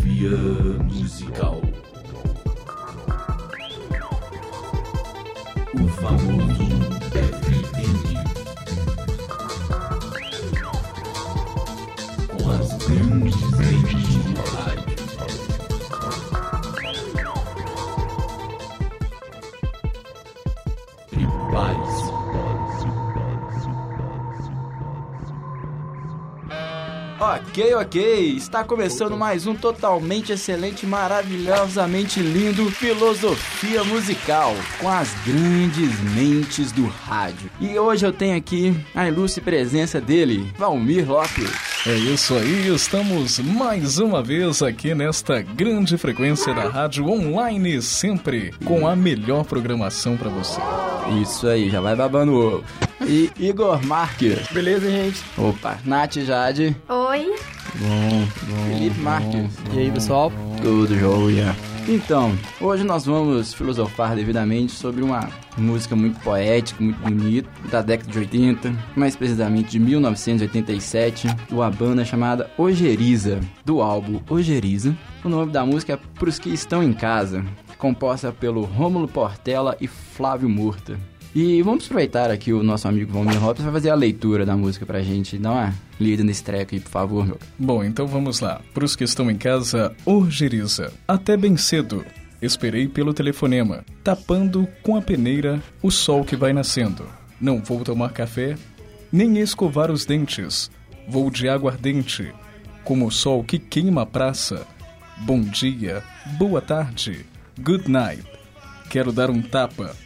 Guia musical. O famoso FMI. Com as grandes redes do rádio. Tribais. Ok, ok. Está começando mais um totalmente excelente, maravilhosamente lindo Filosofia Musical com as grandes mentes do rádio. E hoje eu tenho aqui a ilustre presença dele, Valmir Lopes. É isso aí, estamos mais uma vez aqui nesta grande frequência da rádio online, sempre com a melhor programação para você. Isso aí, já vai babando o ovo. E Igor Marques. Beleza, gente? Opa, Nath Jade. Oi, Felipe Marques. E aí, pessoal? Tudo jóia. Então, hoje nós vamos filosofar devidamente sobre uma música muito poética, muito bonita, da década de 80, mais precisamente de 1987, de uma banda chamada Ojeriza, do álbum Ojeriza. O nome da música é Pros Que Estão em Casa, composta pelo Rômulo Portela e Flávio Murta. E vamos aproveitar aqui o nosso amigo Valmir Lopes vai fazer a leitura da música pra gente. Dá uma lida nesse treco aí, por favor, meu. Bom, então vamos lá. Para os que estão em casa, orgeriza. Até bem cedo. Esperei pelo telefonema, tapando com a peneira o sol que vai nascendo. Não vou tomar café, nem escovar os dentes. Vou de aguardente, como o sol que queima a praça. Bom dia, boa tarde, good night. Quero dar um tapa.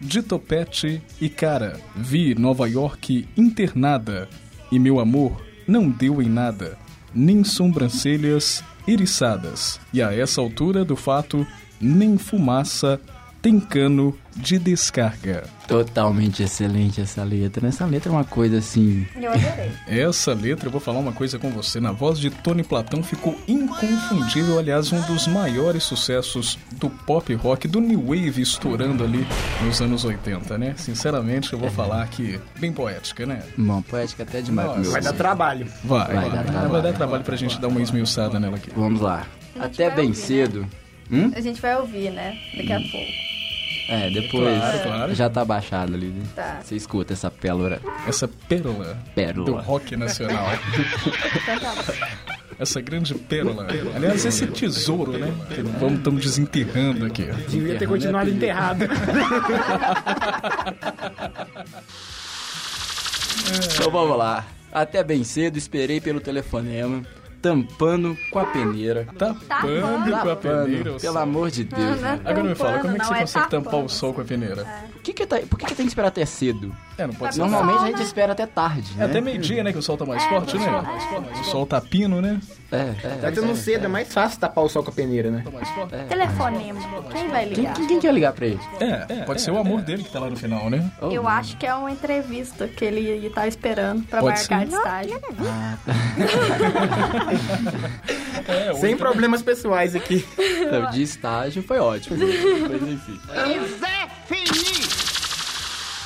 De topete e cara, vi Nova York internada. E meu amor não deu em nada, nem sobrancelhas eriçadas. E a essa altura do fato, nem fumaça, tem cano de descarga. Totalmente excelente essa letra. Essa letra é uma coisa assim. eu adorei. Essa letra, eu vou falar uma coisa com você. Na voz de Tony Platão ficou inconfundível, aliás, um dos maiores sucessos do pop rock, do new wave estourando ali nos anos 80, né? Sinceramente, eu vou falar que bem poética, né? Bom, poética até demais. Nossa. meu Vai dar Deus. trabalho. Vai, Vai vai, dar vai, trabalho. dar trabalho pra gente dar uma esmiuçada nela aqui. Vamos lá. A gente Até vai bem ouvir, né? cedo. A gente vai ouvir, né? Daqui Hum. a pouco. É, depois. Claro, claro. Já tá baixado ali. né? Tá. Você escuta essa pérola. Essa pérola do Pérola. rock nacional. Então tá bom. Essa grande pérola. Aliás, esse tesouro, né? Que vamos, estamos desenterrando aqui. Devia ter continuado enterrado. Então vamos lá. Até bem cedo, esperei pelo telefonema, tampando com a peneira. Tapando Tá com a peneira. o Pelo amor de Deus. Não, né? não é Agora me fala, como é que você tampando, consegue não, é tampar o tapando. sol com a peneira? Por que que tá- por que, que tem que esperar até cedo? É, não pode ser. Não, Normalmente Sol, a gente né? espera até tarde, É né? até meio-dia, né? Que o sol tá mais É, forte, né? é. O sol tá pino, né? É, Tá é. tendo cedo, é mais fácil tapar o sol com a peneira, né? Tá mais forte. Telefonema. Quem vai Quem, ligar? quem, quem quer ligar pra ele? É, pode ser o amor dele que tá lá no final, né? Oh, Eu acho que é uma entrevista que ele tá esperando pra Pode marcar ser. de estágio. É, Sem problemas pessoais aqui. então, de estágio foi assim. ótimo. Mas enfim.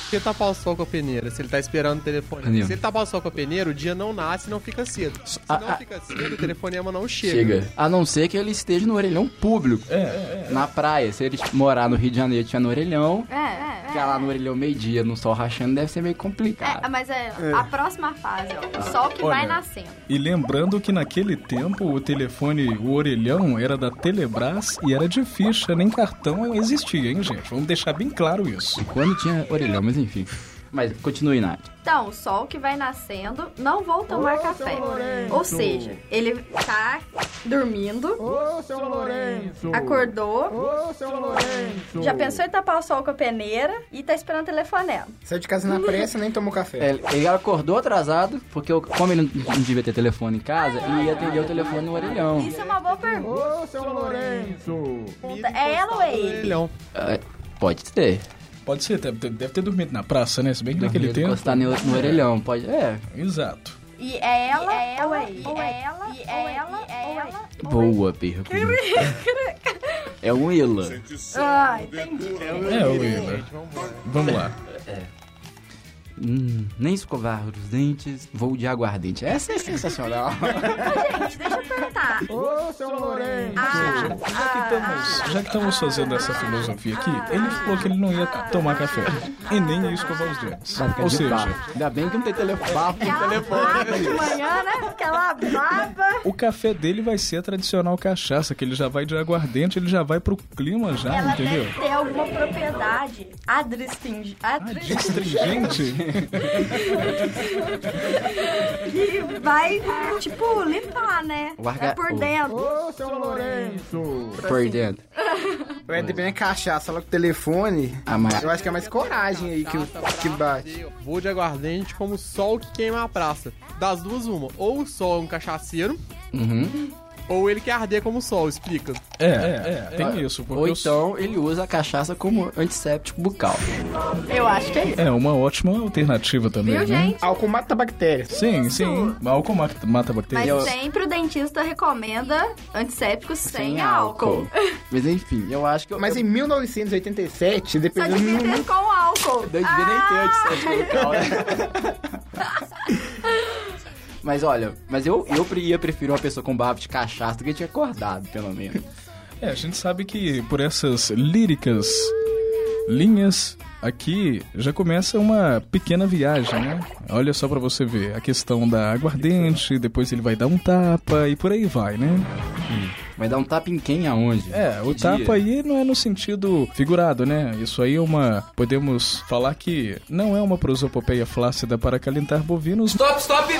Porque tapar o sol com a peneira, se ele tá esperando o telefone. Danilo. Se ele tapar o sol com a peneira, o dia não nasce e não fica cedo. Se Ah, não ah. fica cedo, o telefonema não chega. Chega. A não ser que ele esteja no orelhão público. É, Na praia. Se ele morar no Rio de Janeiro e tiver no orelhão, É, é, ficar lá no orelhão meio-dia, no sol rachando, deve ser meio complicado. é. Mas é a próxima fase, ó. O sol que Olha. vai nascendo. E lembrando que naquele tempo o telefone, o orelhão, era da Telebrás e era de ficha, nem cartão existia, hein, gente? Vamos deixar bem claro isso. Quando tinha orelhão, mas enfim. Mas continue, Nath. Então, o sol que vai nascendo, não vou tomar café. Ou seja, ele tá dormindo, Ô, seu Lourenço! acordou, Ô, seu Lourenço! já pensou em tapar o sol com a peneira e tá esperando o telefonema. Saiu de casa na pressa, nem tomou café. Ele, É, ele acordou atrasado, porque eu- como ele não devia ter telefone em casa, ele ia atender o telefone no orelhão. Isso é uma boa pergunta. Ô, seu Lourenço! É ela ou é ele? Orelhão. Ah, Pode ser. Pode ser, deve, deve ter dormido na praça, né? Se bem que naquele Ele tempo. encostar no, no orelhão, pode. É. Exato. E é ela, é ela, ou é ela, e é ela, é ela. Boa pergunta. É um Ila. Ah, entendi. É, Willer. Vamos lá. Hum, nem escovar os dentes, vou de aguardente. Essa é sensacional. Gente, deixa eu perguntar. Ô, seu Lourenço! Ah, Já que estamos, já que estamos fazendo essa filosofia aqui, ele falou que ele não ia tomar café e nem ia escovar os dentes. Vai ficar Ou de seja, papo. Ainda bem que não tem telefone. Papo com Ah, aquela braba de telefone. manhã, né? Aquela braba. o café dele vai ser a tradicional cachaça, que ele já vai de aguardente, ele já vai pro clima já, Ela Ah, entendeu? deve ter alguma propriedade adrestringi- adrestringente Destringente. que vai, tipo, limpar, né? Larga- É por o- dentro. Ô, seu Lourenço! Por dentro. O Ed bem é cachaça, logo telefone. Ah, mas- Eu acho que é mais coragem aí que, que bate. Vou de aguardente como o sol que queima a praça. Das duas, uma. Ou o sol é um cachaceiro, Uhum. ou ele quer arder como o sol, explica. É, é, tem isso. Porque Ou eu- então ele usa a cachaça como antisséptico bucal. Eu acho que é isso. É uma ótima alternativa também, Viu, né? gente? Álcool mata bactérias. Sim, sim. Álcool mata, mata Mas é bactérias. sempre o dentista recomenda antissépticos sem, álcool. Mas enfim, eu acho que eu. Mas em 1987, Só dependendo devia ter com álcool. Ah! Eu devia nem ter antisséptico bucal, né? Mas olha, mas eu, eu pre- ia preferir uma pessoa com bafo de cachaça do que tinha acordado, pelo menos. É, a gente sabe que por essas líricas linhas aqui já começa uma pequena viagem, né? Olha só pra você ver a questão da aguardente, depois ele vai dar um tapa e por aí vai, né? Vai dar um tapa em quem aonde? É, o Que tapa dia? aí não é no sentido figurado, né? Isso aí é uma. Podemos falar que não é uma prosopopeia flácida para calentar bovinos. Stop, stop!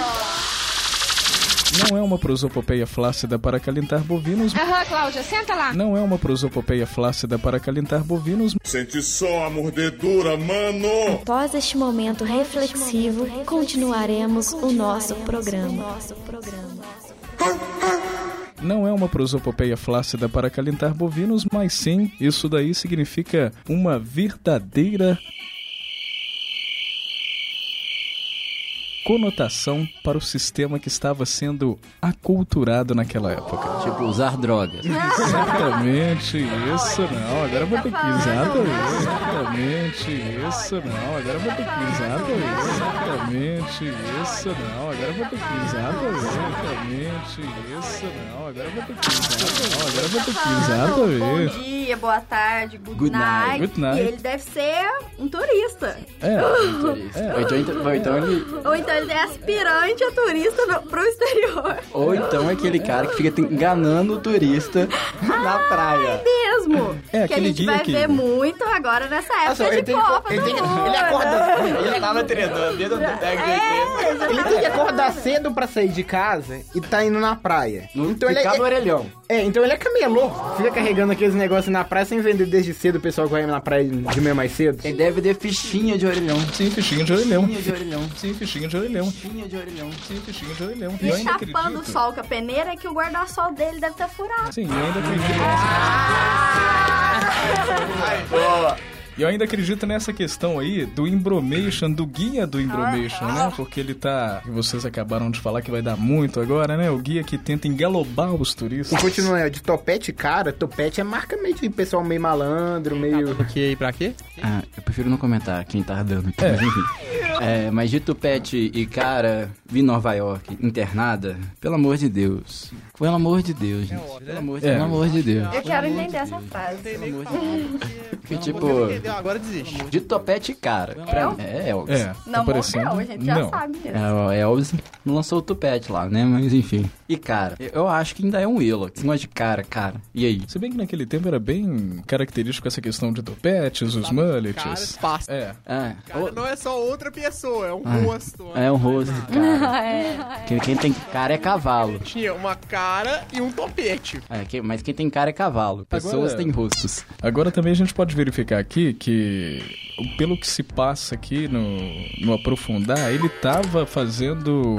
Não é uma prosopopeia flácida para calentar bovinos. Aham, Cláudia, senta lá. Não é uma prosopopeia flácida para calentar bovinos, Sente só a mordedura, mano! Após este momento reflexivo, continuaremos o nosso programa. não é uma prosopopeia flácida para calentar bovinos, mas sim, isso daí significa uma verdadeira conotação para o sistema que estava sendo aculturado naquela época. Tipo, usar drogas. Exatamente isso não, agora eu vou ter que tá falando. exatamente, exatamente isso não, agora eu vou ter tá que exatamente, exatamente isso não, agora eu vou ter que exatamente, exatamente isso não, agora eu vou ter que exatamente, não, agora eu vou ter que Tá Falando Ah, Bom exatamente. dia, boa tarde, good, Good night. night. Good night. E ele deve ser um turista. É, Tipo, Ou então, ou então ele- Ou então ele é aspirante a turista no, pro exterior. ou então é aquele cara que fica te- enganando o turista na praia. Mesmo. É, que a aquele gente guia vai que- ver muito agora nessa época ele de tem, Copa ele, do tem, Mundo. né? É, ele acorda, Ele tava treinando dentro do É. ele tem que acordar cedo pra sair de casa é. e tá indo na praia. Então ele, Ficava é, no orelhão. é, então ele é camelô. Fica carregando aqueles negócios na praia sem vender desde cedo o pessoal que vai na praia de manhã mais cedo. Ele deve ter fichinha de orelhão. sim, fichinha de orelhão, Fichinha de orelhão. sim, fichinha de orelhão, Fichinha de orelhão. sim, fichinha de orelhão. Eu E ainda tá tapando o acredito. sol com a peneira é que o guarda-sol dele deve estar furado. Sim, eu ainda acredito. E eu ainda acredito nessa questão aí do embromation, do guia do embromation, né? Porque ele tá. que Vocês acabaram de falar que vai dar muito agora, né? O guia que tenta engalobar os E turistas. continua, é, de topete, cara, topete é marca meio de pessoal meio malandro, meio... Que aí pra quê? Ah, eu prefiro não comentar quem tá dando. Mas enfim. É, mas de tupete e cara, vi Nova York internada, pelo amor de Deus. Pelo amor de Deus, gente. Pelo amor de, É. pelo amor de Deus. Eu quero entender essa frase. Pelo amor de Deus. Que tipo, Você entendeu, agora desiste. de topete e cara. Pra- é, é óbvio. É, É. Não tá parecendo. morreu, a gente já não. sabe né? disso. É, óbvio. Não lançou o tupete lá, né? Mas enfim. E cara, eu- eu acho que ainda é um elo. Esse negócio de cara, cara. E aí? Se bem que naquele tempo era bem característico essa questão de topetes, os Cara, mullets. passa. É. Ah, Cara, não é só outra pessoa, é um rosto. é um rosto, cara. Quem- Quem tem cara é cavalo. Tinha uma cara e um topete. É, quem- mas quem tem cara é cavalo. Pessoas Agora- têm rostos. Agora também a gente pode verificar aqui que, pelo que se passa aqui no, no aprofundar, ele tava fazendo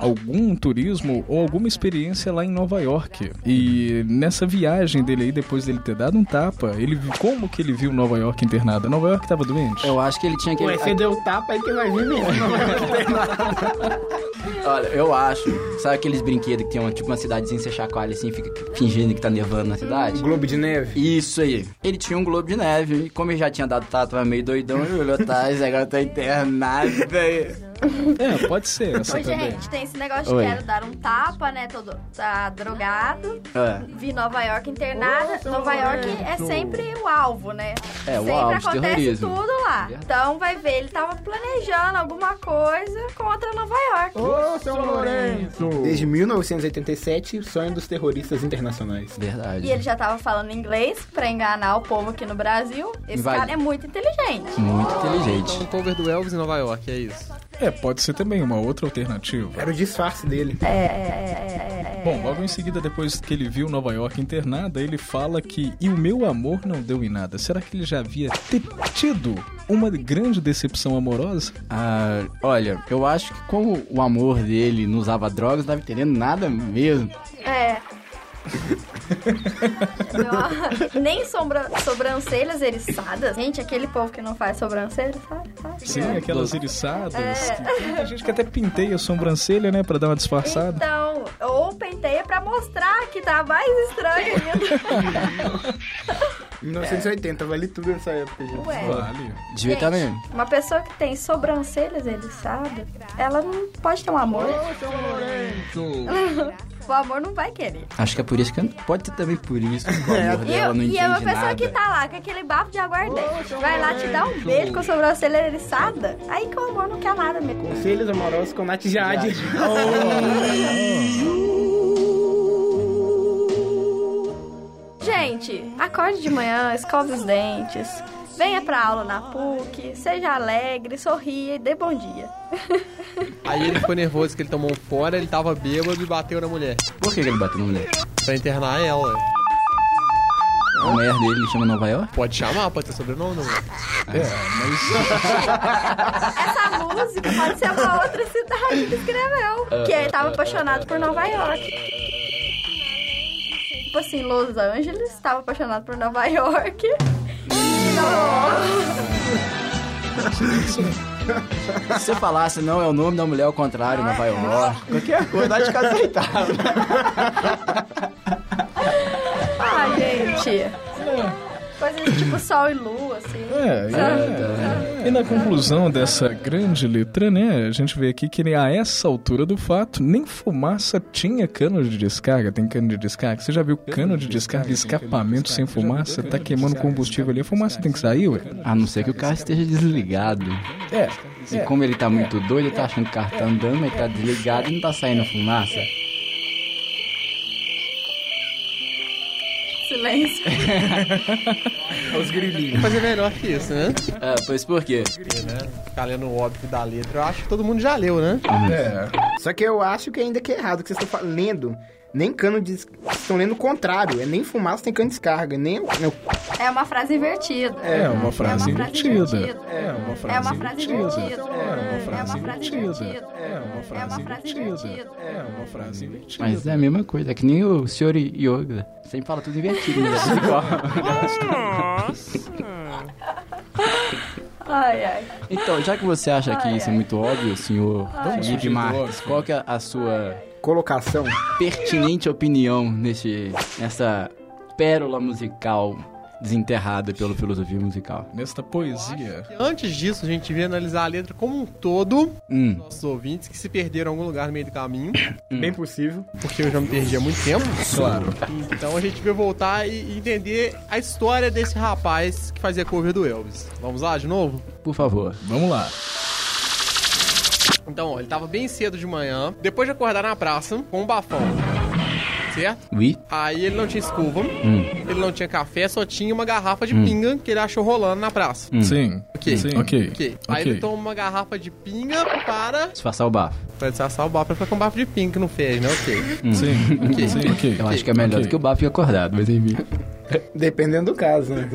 algum turismo ou alguma experiência lá em Nova York. E nessa viagem dele aí, depois dele ter dado um tapa, ele vi- como que ele viu Nova York internada? Nova York tava É, doente? é Eu acho que ele tinha que. Ué, você deu o tapa aí que vai vir mesmo. Olha, eu acho. Sabe aqueles brinquedos que tem uma, tipo uma cidadezinha, você chacoalha assim e fica fingindo que tá nevando na cidade? Globo de neve. Isso aí. Ele tinha um globo de neve. E como ele já tinha dado tato, tava meio doidão, ele olhou atrás, agora tá internado. É, pode ser essa Ô, também. gente, tem esse negócio Oi. de quero dar um tapa, né? Todo tá drogado. É. Vi Nova York internada. Nova York é sempre o alvo, né? É, o sempre alvo de acontece terrorismo. É tudo lá. Então vai ver, ele tava planejando alguma coisa contra Nova York. Ô, seu Lourenço! Desde 1987, sonho dos terroristas internacionais. Verdade. E ele já tava falando inglês pra enganar o povo aqui no Brasil. Esse Vai. cara é muito inteligente. Muito inteligente. Um cover do Elvis em Nova York, é isso. É, pode ser também uma outra alternativa. Era o disfarce dele. É, é, é, é, é. Bom, logo em seguida, depois que ele viu Nova York internada, ele fala que e o meu amor não deu em nada. Será que ele já havia te- tido uma grande decepção amorosa? Ah, olha, eu acho que como o amor dele não usava drogas, não tava entendendo nada mesmo. É. Não, nem sombra, sobrancelhas eriçadas. Gente, aquele povo que não faz sobrancelha, sabe? sabe? Sim, aquelas eriçadas. que- tem gente que até penteia a sobrancelha, né, pra dar uma disfarçada. Então, ou penteia pra mostrar que tá mais estranho ainda. 1980, vale tudo nessa época, gente. Ué. Vale. Devia estar Gente, mesmo. Uma pessoa que tem sobrancelhas eriçadas, ela não pode ter um amor. o amor não vai querer. Acho que é por isso que. Pode ser também por isso que o amor E, dela não e entende é uma pessoa nada. que tá lá com aquele bafo de aguardente. Vai lá te dar um beijo com a sobrancelha eriçada. Aí que o amor não quer nada mesmo. Conselhos amorosos com Nath Jade. Gente, acorde de manhã, escove os dentes, venha pra aula na PUC, seja alegre, sorria e dê bom dia. Aí ele ficou nervoso que ele tomou um fora, ele tava bêbado e bateu na mulher. Por que que ele bateu na mulher? Pra internar ela. A mulher dele ele chama Nova York? Pode chamar, pode ter sobrenome. né? não. Essa música pode ser uma outra cidade que escreveu, que ele tava apaixonado por Nova York. Tipo assim, Los Angeles, tava apaixonado por Nova York. Se você falasse, não, é o nome da mulher ao contrário, Nova York. Qualquer coisa, acho que tá- aceitava. Ah, gente. Coisas tipo sol e lua, assim. É, e- é. E na conclusão dessa grande letra, né, a gente vê aqui que a essa altura do fato, nem fumaça tinha cano de descarga. Tem cano de descarga? Você já viu cano de descarga, escapamento sem fumaça? Tá queimando combustível ali, a fumaça tem que sair, ué? A não ser que o carro esteja desligado. É, E como ele tá muito doido, ele tá achando que o carro tá andando, mas tá desligado e não tá saindo fumaça. Silêncio. Os grilinhos. Fazer melhor que isso, né? Ah, pois por quê? Ficar lendo o óbvio da letra, eu acho que todo mundo já leu, né? É. Só que eu acho que ainda que é errado, que vocês estão fa- lendo. Nem cano de. des- Vocês estão lendo o contrário. É nem fumaça, tem cano de descarga. Nem. não, É uma frase invertida. É uma frase É uma frase invertida. invertida. É uma É frase uma frase invertida. É invertida. uma frase invertida. invertida. É uma frase invertida. É uma frase invertida. Mas é a mesma coisa, é que nem o senhor Yoga. Sempre fala tudo invertido, né? Tudo igual. Ai, ai. Então, já que você acha que isso é muito óbvio, senhor Felipe fugir do Marques, óbvio. qual que é a sua Colocação. pertinente opinião neste, nessa pérola musical desenterrada pelo filosofia musical? Nesta poesia. Antes disso, a gente devia analisar a letra como um todo. Hum, Nossos ouvintes que se perderam em algum lugar no meio do caminho, Bem possível. porque eu já me perdi há muito tempo. Claro. Então a gente veio voltar e entender a história desse rapaz que fazia cover do Elvis. Vamos lá de novo? por favor. Vamos lá. Então, ó, ele tava bem cedo de manhã, depois de acordar na praça, com um bafão. Certo? Oui? Aí ele não tinha escova, Hum, ele não tinha café, só tinha uma garrafa de pinga que ele achou rolando na praça. hum. Sim. Ok. Sim. Ok. Ok. Aí Ok. ele toma uma garrafa de pinga para. Disfarçar o bafo. Pra desassar o bafo, pra ficar com um bafo de pinga que não fez, né? Ok. Sim. Sim. Hum. Ok. Eu acho que é melhor Ok. do que o bafo e acordado, mas enfim. Dependendo do caso, né?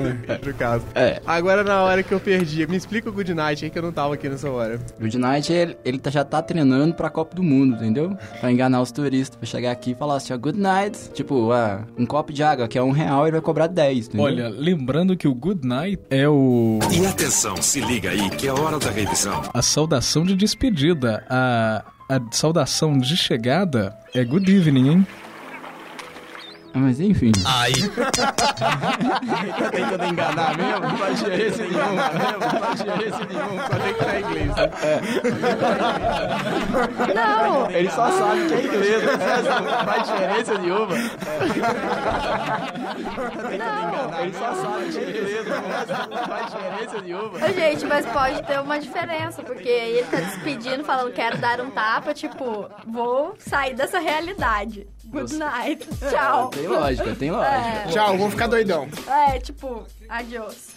No caso. É. Agora na hora que eu perdi, me explica o Good Night aí que eu não tava aqui nessa hora. O Goodnight, ele, ele tá- já tá treinando pra Copa do Mundo, entendeu? Pra enganar os turistas, pra chegar aqui e falar assim, ó, good night. Tipo, ah, um copo de água que é um real, ele vai cobrar 10, entendeu? Olha, lembrando que o Good Night é o E atenção, se liga aí que é hora da revisão. a saudação de despedida, a a saudação de chegada é good evening, hein? Ah, Mas enfim. Aí, Tá tentando enganar mesmo? Não faz gerência nenhuma mesmo? Não faz gerência nenhuma. Só tem que estar em inglês. né? Não, Ele só sabe que é inglês, né? não faz gerência nenhuma. não. Ele só sabe que é inglês, né? não faz gerência nenhuma. Ô, Gente, mas pode ter uma diferença, porque aí ele tá despedindo, falando quero dar um tapa, tipo, vou sair dessa realidade. Good night, tchau. Tem lógica, tem lógica. Tchau, vou ficar doidão. É, tipo, adiós.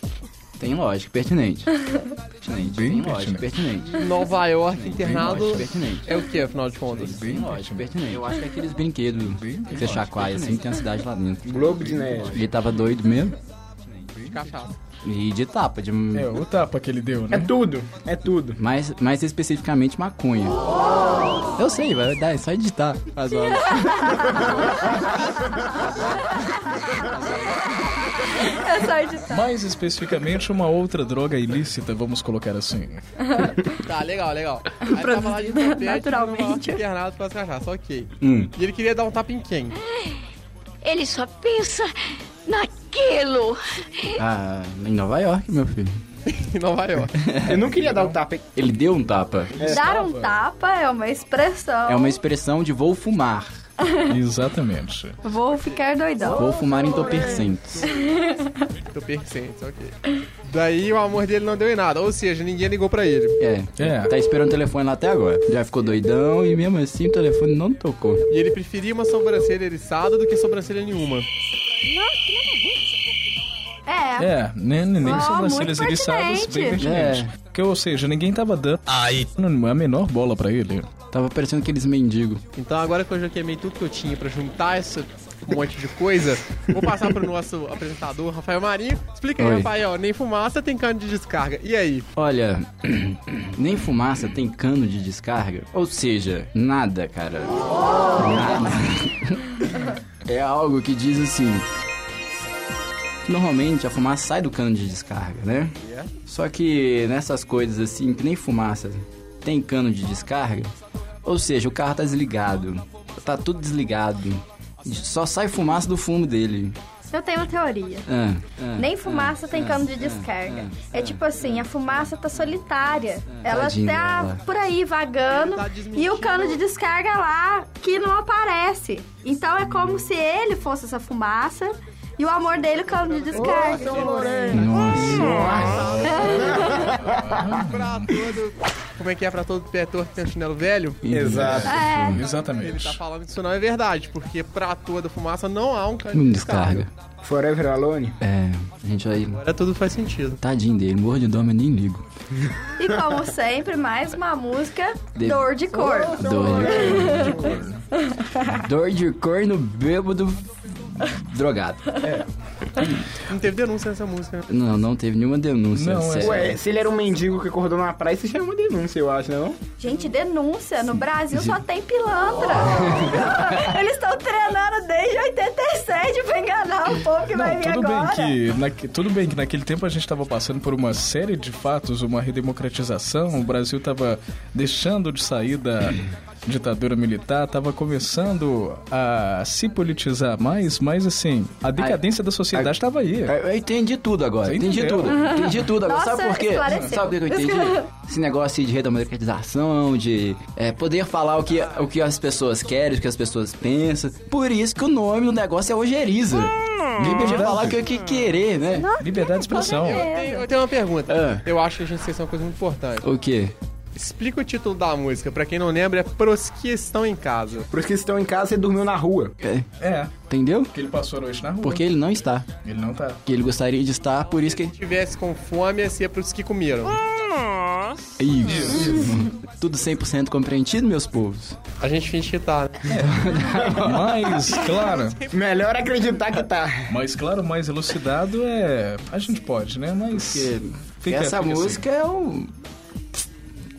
Tem lógica, pertinente. Pertinente, Bem tem lógica, pertinente. Nova York, Tem internado. lógica, pertinente. É o que, afinal de contas? Tem lógica, pertinente. Eu acho que é aqueles brinquedos que você chacoalha assim, tem a cidade lá dentro. Globo de Neve. Ele tava doido mesmo. De cachaça. E de tapa, de. É, o tapa que ele deu, É né? tudo, é tudo. Mais, mais especificamente maconha. Eu sei, vai dar, é só editar as horas. É só editar. Mais especificamente, uma outra droga ilícita, vamos colocar assim. Tá, legal, legal. Aí tava lá de Produzida trompete, naturalmente. Nova York, internado com as cachaças, ok. Hum. E ele queria dar um tapa em quem? Ele só pensa naquilo. Ah, em Nova York, meu filho. Em Nova York. Eu não queria dar o tapa. hein? Ele deu um tapa. Dar um tapa é uma expressão. É uma expressão de vou fumar. Exatamente. Vou ficar doidão. Vou fumar entorpecentes. Eu percento, ok. Daí o amor dele não deu em nada, ou seja, ninguém ligou pra ele. É. É. Tá esperando o telefone lá até agora. Já ficou doidão e mesmo assim o telefone não tocou. E ele preferia uma sobrancelha eriçada do que sobrancelha nenhuma. É. É, né, nem Ó, sobrancelhas muito eriçadas, bem pertinente. É. pertinente. Que, ou seja, ninguém tava dando aí, a menor bola pra ele. Tava parecendo aqueles mendigos. Então agora que eu já queimei tudo que eu tinha pra juntar esse monte de coisa, vou passar pro nosso apresentador, Rafael Marinho. Explica aí, Oi. Rafael, nem fumaça tem cano de descarga. E aí? Olha, nem fumaça tem cano de descarga. Ou seja, nada, cara. Nada. É algo que diz assim. Normalmente a fumaça sai do cano de descarga, né? Só que nessas coisas assim, que nem fumaça tem cano de descarga. Ou seja, o carro tá desligado. Tá tudo desligado. Só sai fumaça do fumo dele. Eu tenho uma teoria. Ah, ah. Nem fumaça tem cano de descarga. É tipo assim, a fumaça tá solitária. Ela Tadinha tá dela. por aí vagando Tá desmentindo. e o cano de descarga é lá que não aparece. Então é como se ele fosse essa fumaça e o amor dele é o cano de descarga. Nossa. Pra todo. Como é que é pra todo pé torto que tem um chinelo velho? Exato. É, Ele tá Exatamente. falando que isso não é verdade, porque pra toda fumaça não há um cano Não de descarga. descarga. Forever Alone. É, a gente vai. Agora tudo faz sentido. Tadinho dele, morro de dó, mas nem ligo. e como sempre, mais uma música De- dor de cor. Dor de corno. Dor de corno bêbado drogado. Não teve denúncia nessa música. né? Não, não teve nenhuma denúncia. Não, é- sério. Ué, se ele era um mendigo que acordou numa praia, isso já é uma denúncia, eu acho, não? Gente, denúncia. No Brasil só tem pilantra. Eles estão treinando desde 87 pra enganar o povo que vai Não, vir tudo agora. bem, que naque- tudo bem que naquele tempo a gente estava passando por uma série de fatos, uma redemocratização, o Brasil estava deixando de sair da ditadura militar, estava começando a se politizar mais, mas assim, a decadência da sociedade estava aí. É, Eu eu entendi tudo agora. Você entendi entendeu. tudo. Entendi tudo agora. Nossa, Sabe por quê? esclareceu. Sabe por que eu entendi? Esse negócio de redemocratização, de é, poder falar o que, o que as pessoas querem, o que as pessoas pensam. Por isso que o nome do negócio é ojeriza. Hum. Ninguém podia falar o que, o que querer, né? Liberdade de expressão. Tem- Eu tenho uma pergunta. Ah. Eu acho que a gente esqueceu uma coisa muito importante. O quê? Explica o título da música, pra quem não lembra, é Pros que estão em casa. Por isso que estão em casa, você dormiu na rua. É, Entendeu? porque ele passou a noite na rua. Porque ele não está. Ele não tá. Que ele gostaria de estar, por isso que. Se tivesse com fome, ia ser pros que comeram. é Isso. Tudo 100% compreendido, meus povos? A gente finge que tá, né? Mas, claro, Melhor acreditar que tá. mas claro, mais elucidado é. A gente pode, né? Mas. Porque Fica- essa fica assim. música é um.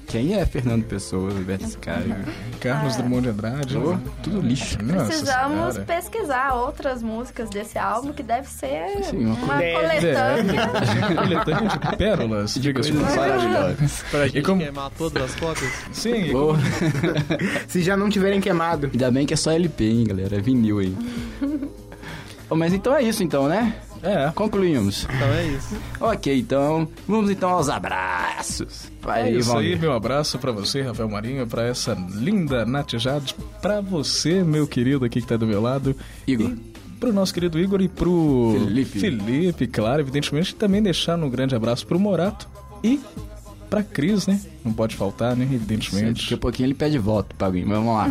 Quem é Fernando Pessoa, Beto Scaio? Carlos Drummond de Andrade. Ô, tudo lixo. Nossa Ah. Precisamos senhora. pesquisar outras músicas desse álbum, que deve ser Sim, uma uma coisa- coletânea. Coletânea de pérolas, diga-se de passagem. Maravilhosa. Pra gente como- queimar todas as cópias. Sim, e Pô, Se já não tiverem queimado. ainda bem que é só LP, hein, galera? É vinil aí. Ô, mas então é isso, então, né? É. Concluímos. Então é isso. Ok, então, vamos então aos abraços. Vai É aí, isso aí, Valmir. meu abraço pra você, Rafael Marinho, pra essa linda Nath Jade, pra você, meu querido aqui que tá do meu lado. Igor. E pro nosso querido Igor e pro Felipe. Felipe, claro, evidentemente. E também deixar um grande abraço pro Morato e pra Cris, né? Não pode faltar, né? Certo, Daqui a Evidentemente. pouquinho ele pede voto pra mim. Vamos lá.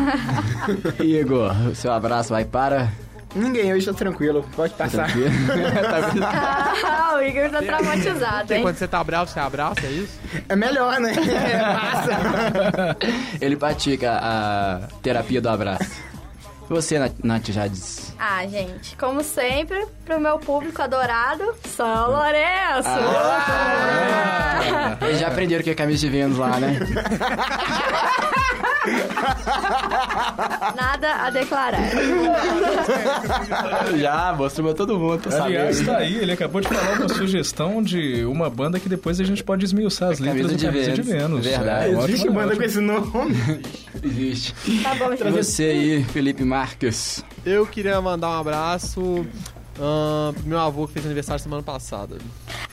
Igor, o seu abraço vai para. Ninguém, hoje tô tranquilo. Pode Tá. passar. Tá Ah, o Igor tá traumatizado, Porque hein? quando você tá bravo, você abraça, é isso? É melhor, né? É, passa. vendo? ele pratica a terapia do abraço. Você, Nath- Nath Jades. Ah, gente, como sempre, pro meu público adorado, São Lourenço! Eles já aprenderam que é camisa de Vênus lá, né? Nada a declarar. já, mostrou pra todo mundo, tô Aliás, tá aí, ele acabou de falar uma sugestão de uma banda que depois a gente pode esmiuçar as letras Camisa do de Camisa de Vênus. Vênus. Verdade. É, ótimo, Existe banda ótimo. com esse nome. Existe. Tá bom, E você aí, Felipe Marques. Eu queria mandar um abraço ahn, pro meu avô que fez aniversário semana passada.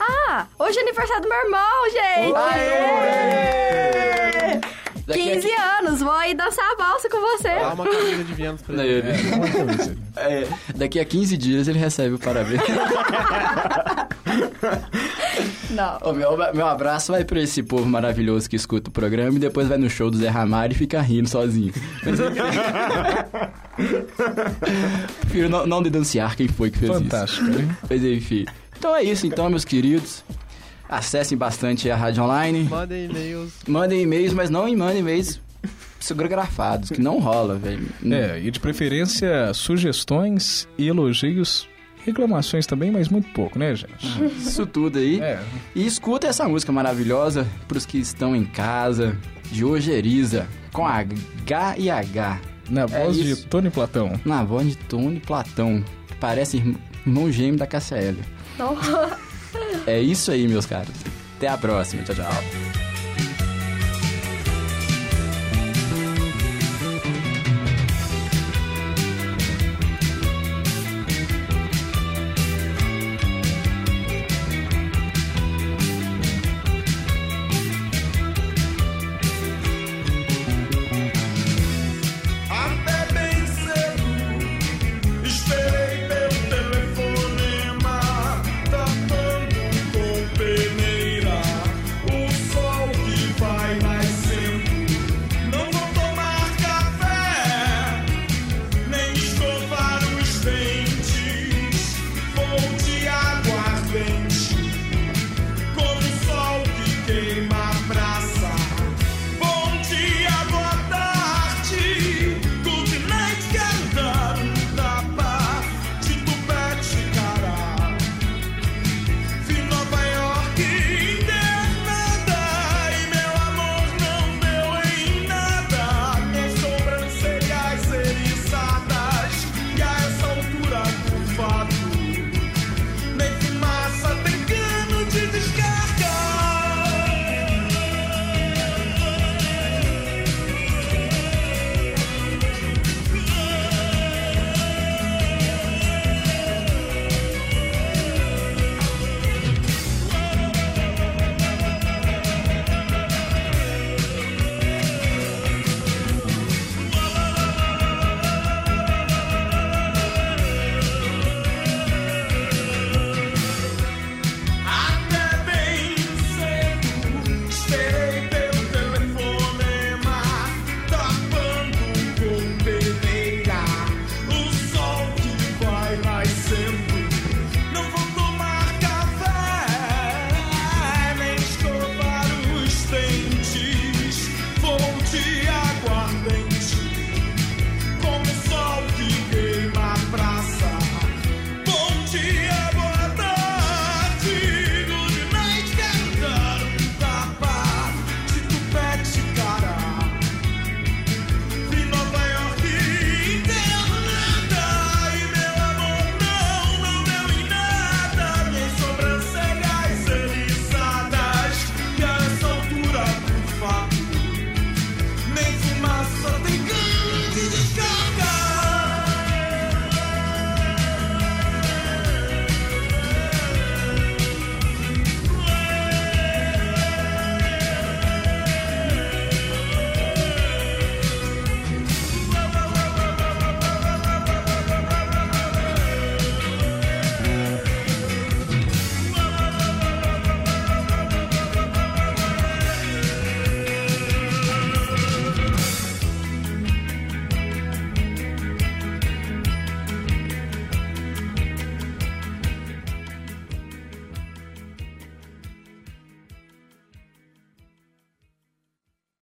Ah, hoje é aniversário do meu irmão, gente! Daqui a- 15 anos, vou aí dançar a balsa com você. Dá uma camisa de Vênus pra Não, ele. ele- É, daqui a 15 dias ele recebe o parabéns. Não. Ô, meu, meu abraço vai pra esse povo maravilhoso que escuta o programa e depois vai no show do Zé Ramalho e fica rindo sozinho. Mas enfim. Prefiro não, não denunciar quem foi que fez Fantástico, hein? isso. Mas enfim. Então é isso então, meus queridos. Acessem bastante a rádio online. Mandem e-mails. Mandem e-mails, mas não mandem e-mails psicografados, que não rola, velho. É, e de preferência, sugestões e elogios. Reclamações também, mas muito pouco, né, gente? Isso tudo aí. É. E escuta essa música maravilhosa pros que estão em casa, de Ojeriza, com H e H, Na voz isso. de Tony Platão. na voz de Tony Platão, que parece irm- irmão gêmeo da KCL. Não. É isso aí, meus caros. Até a próxima. Tchau, tchau.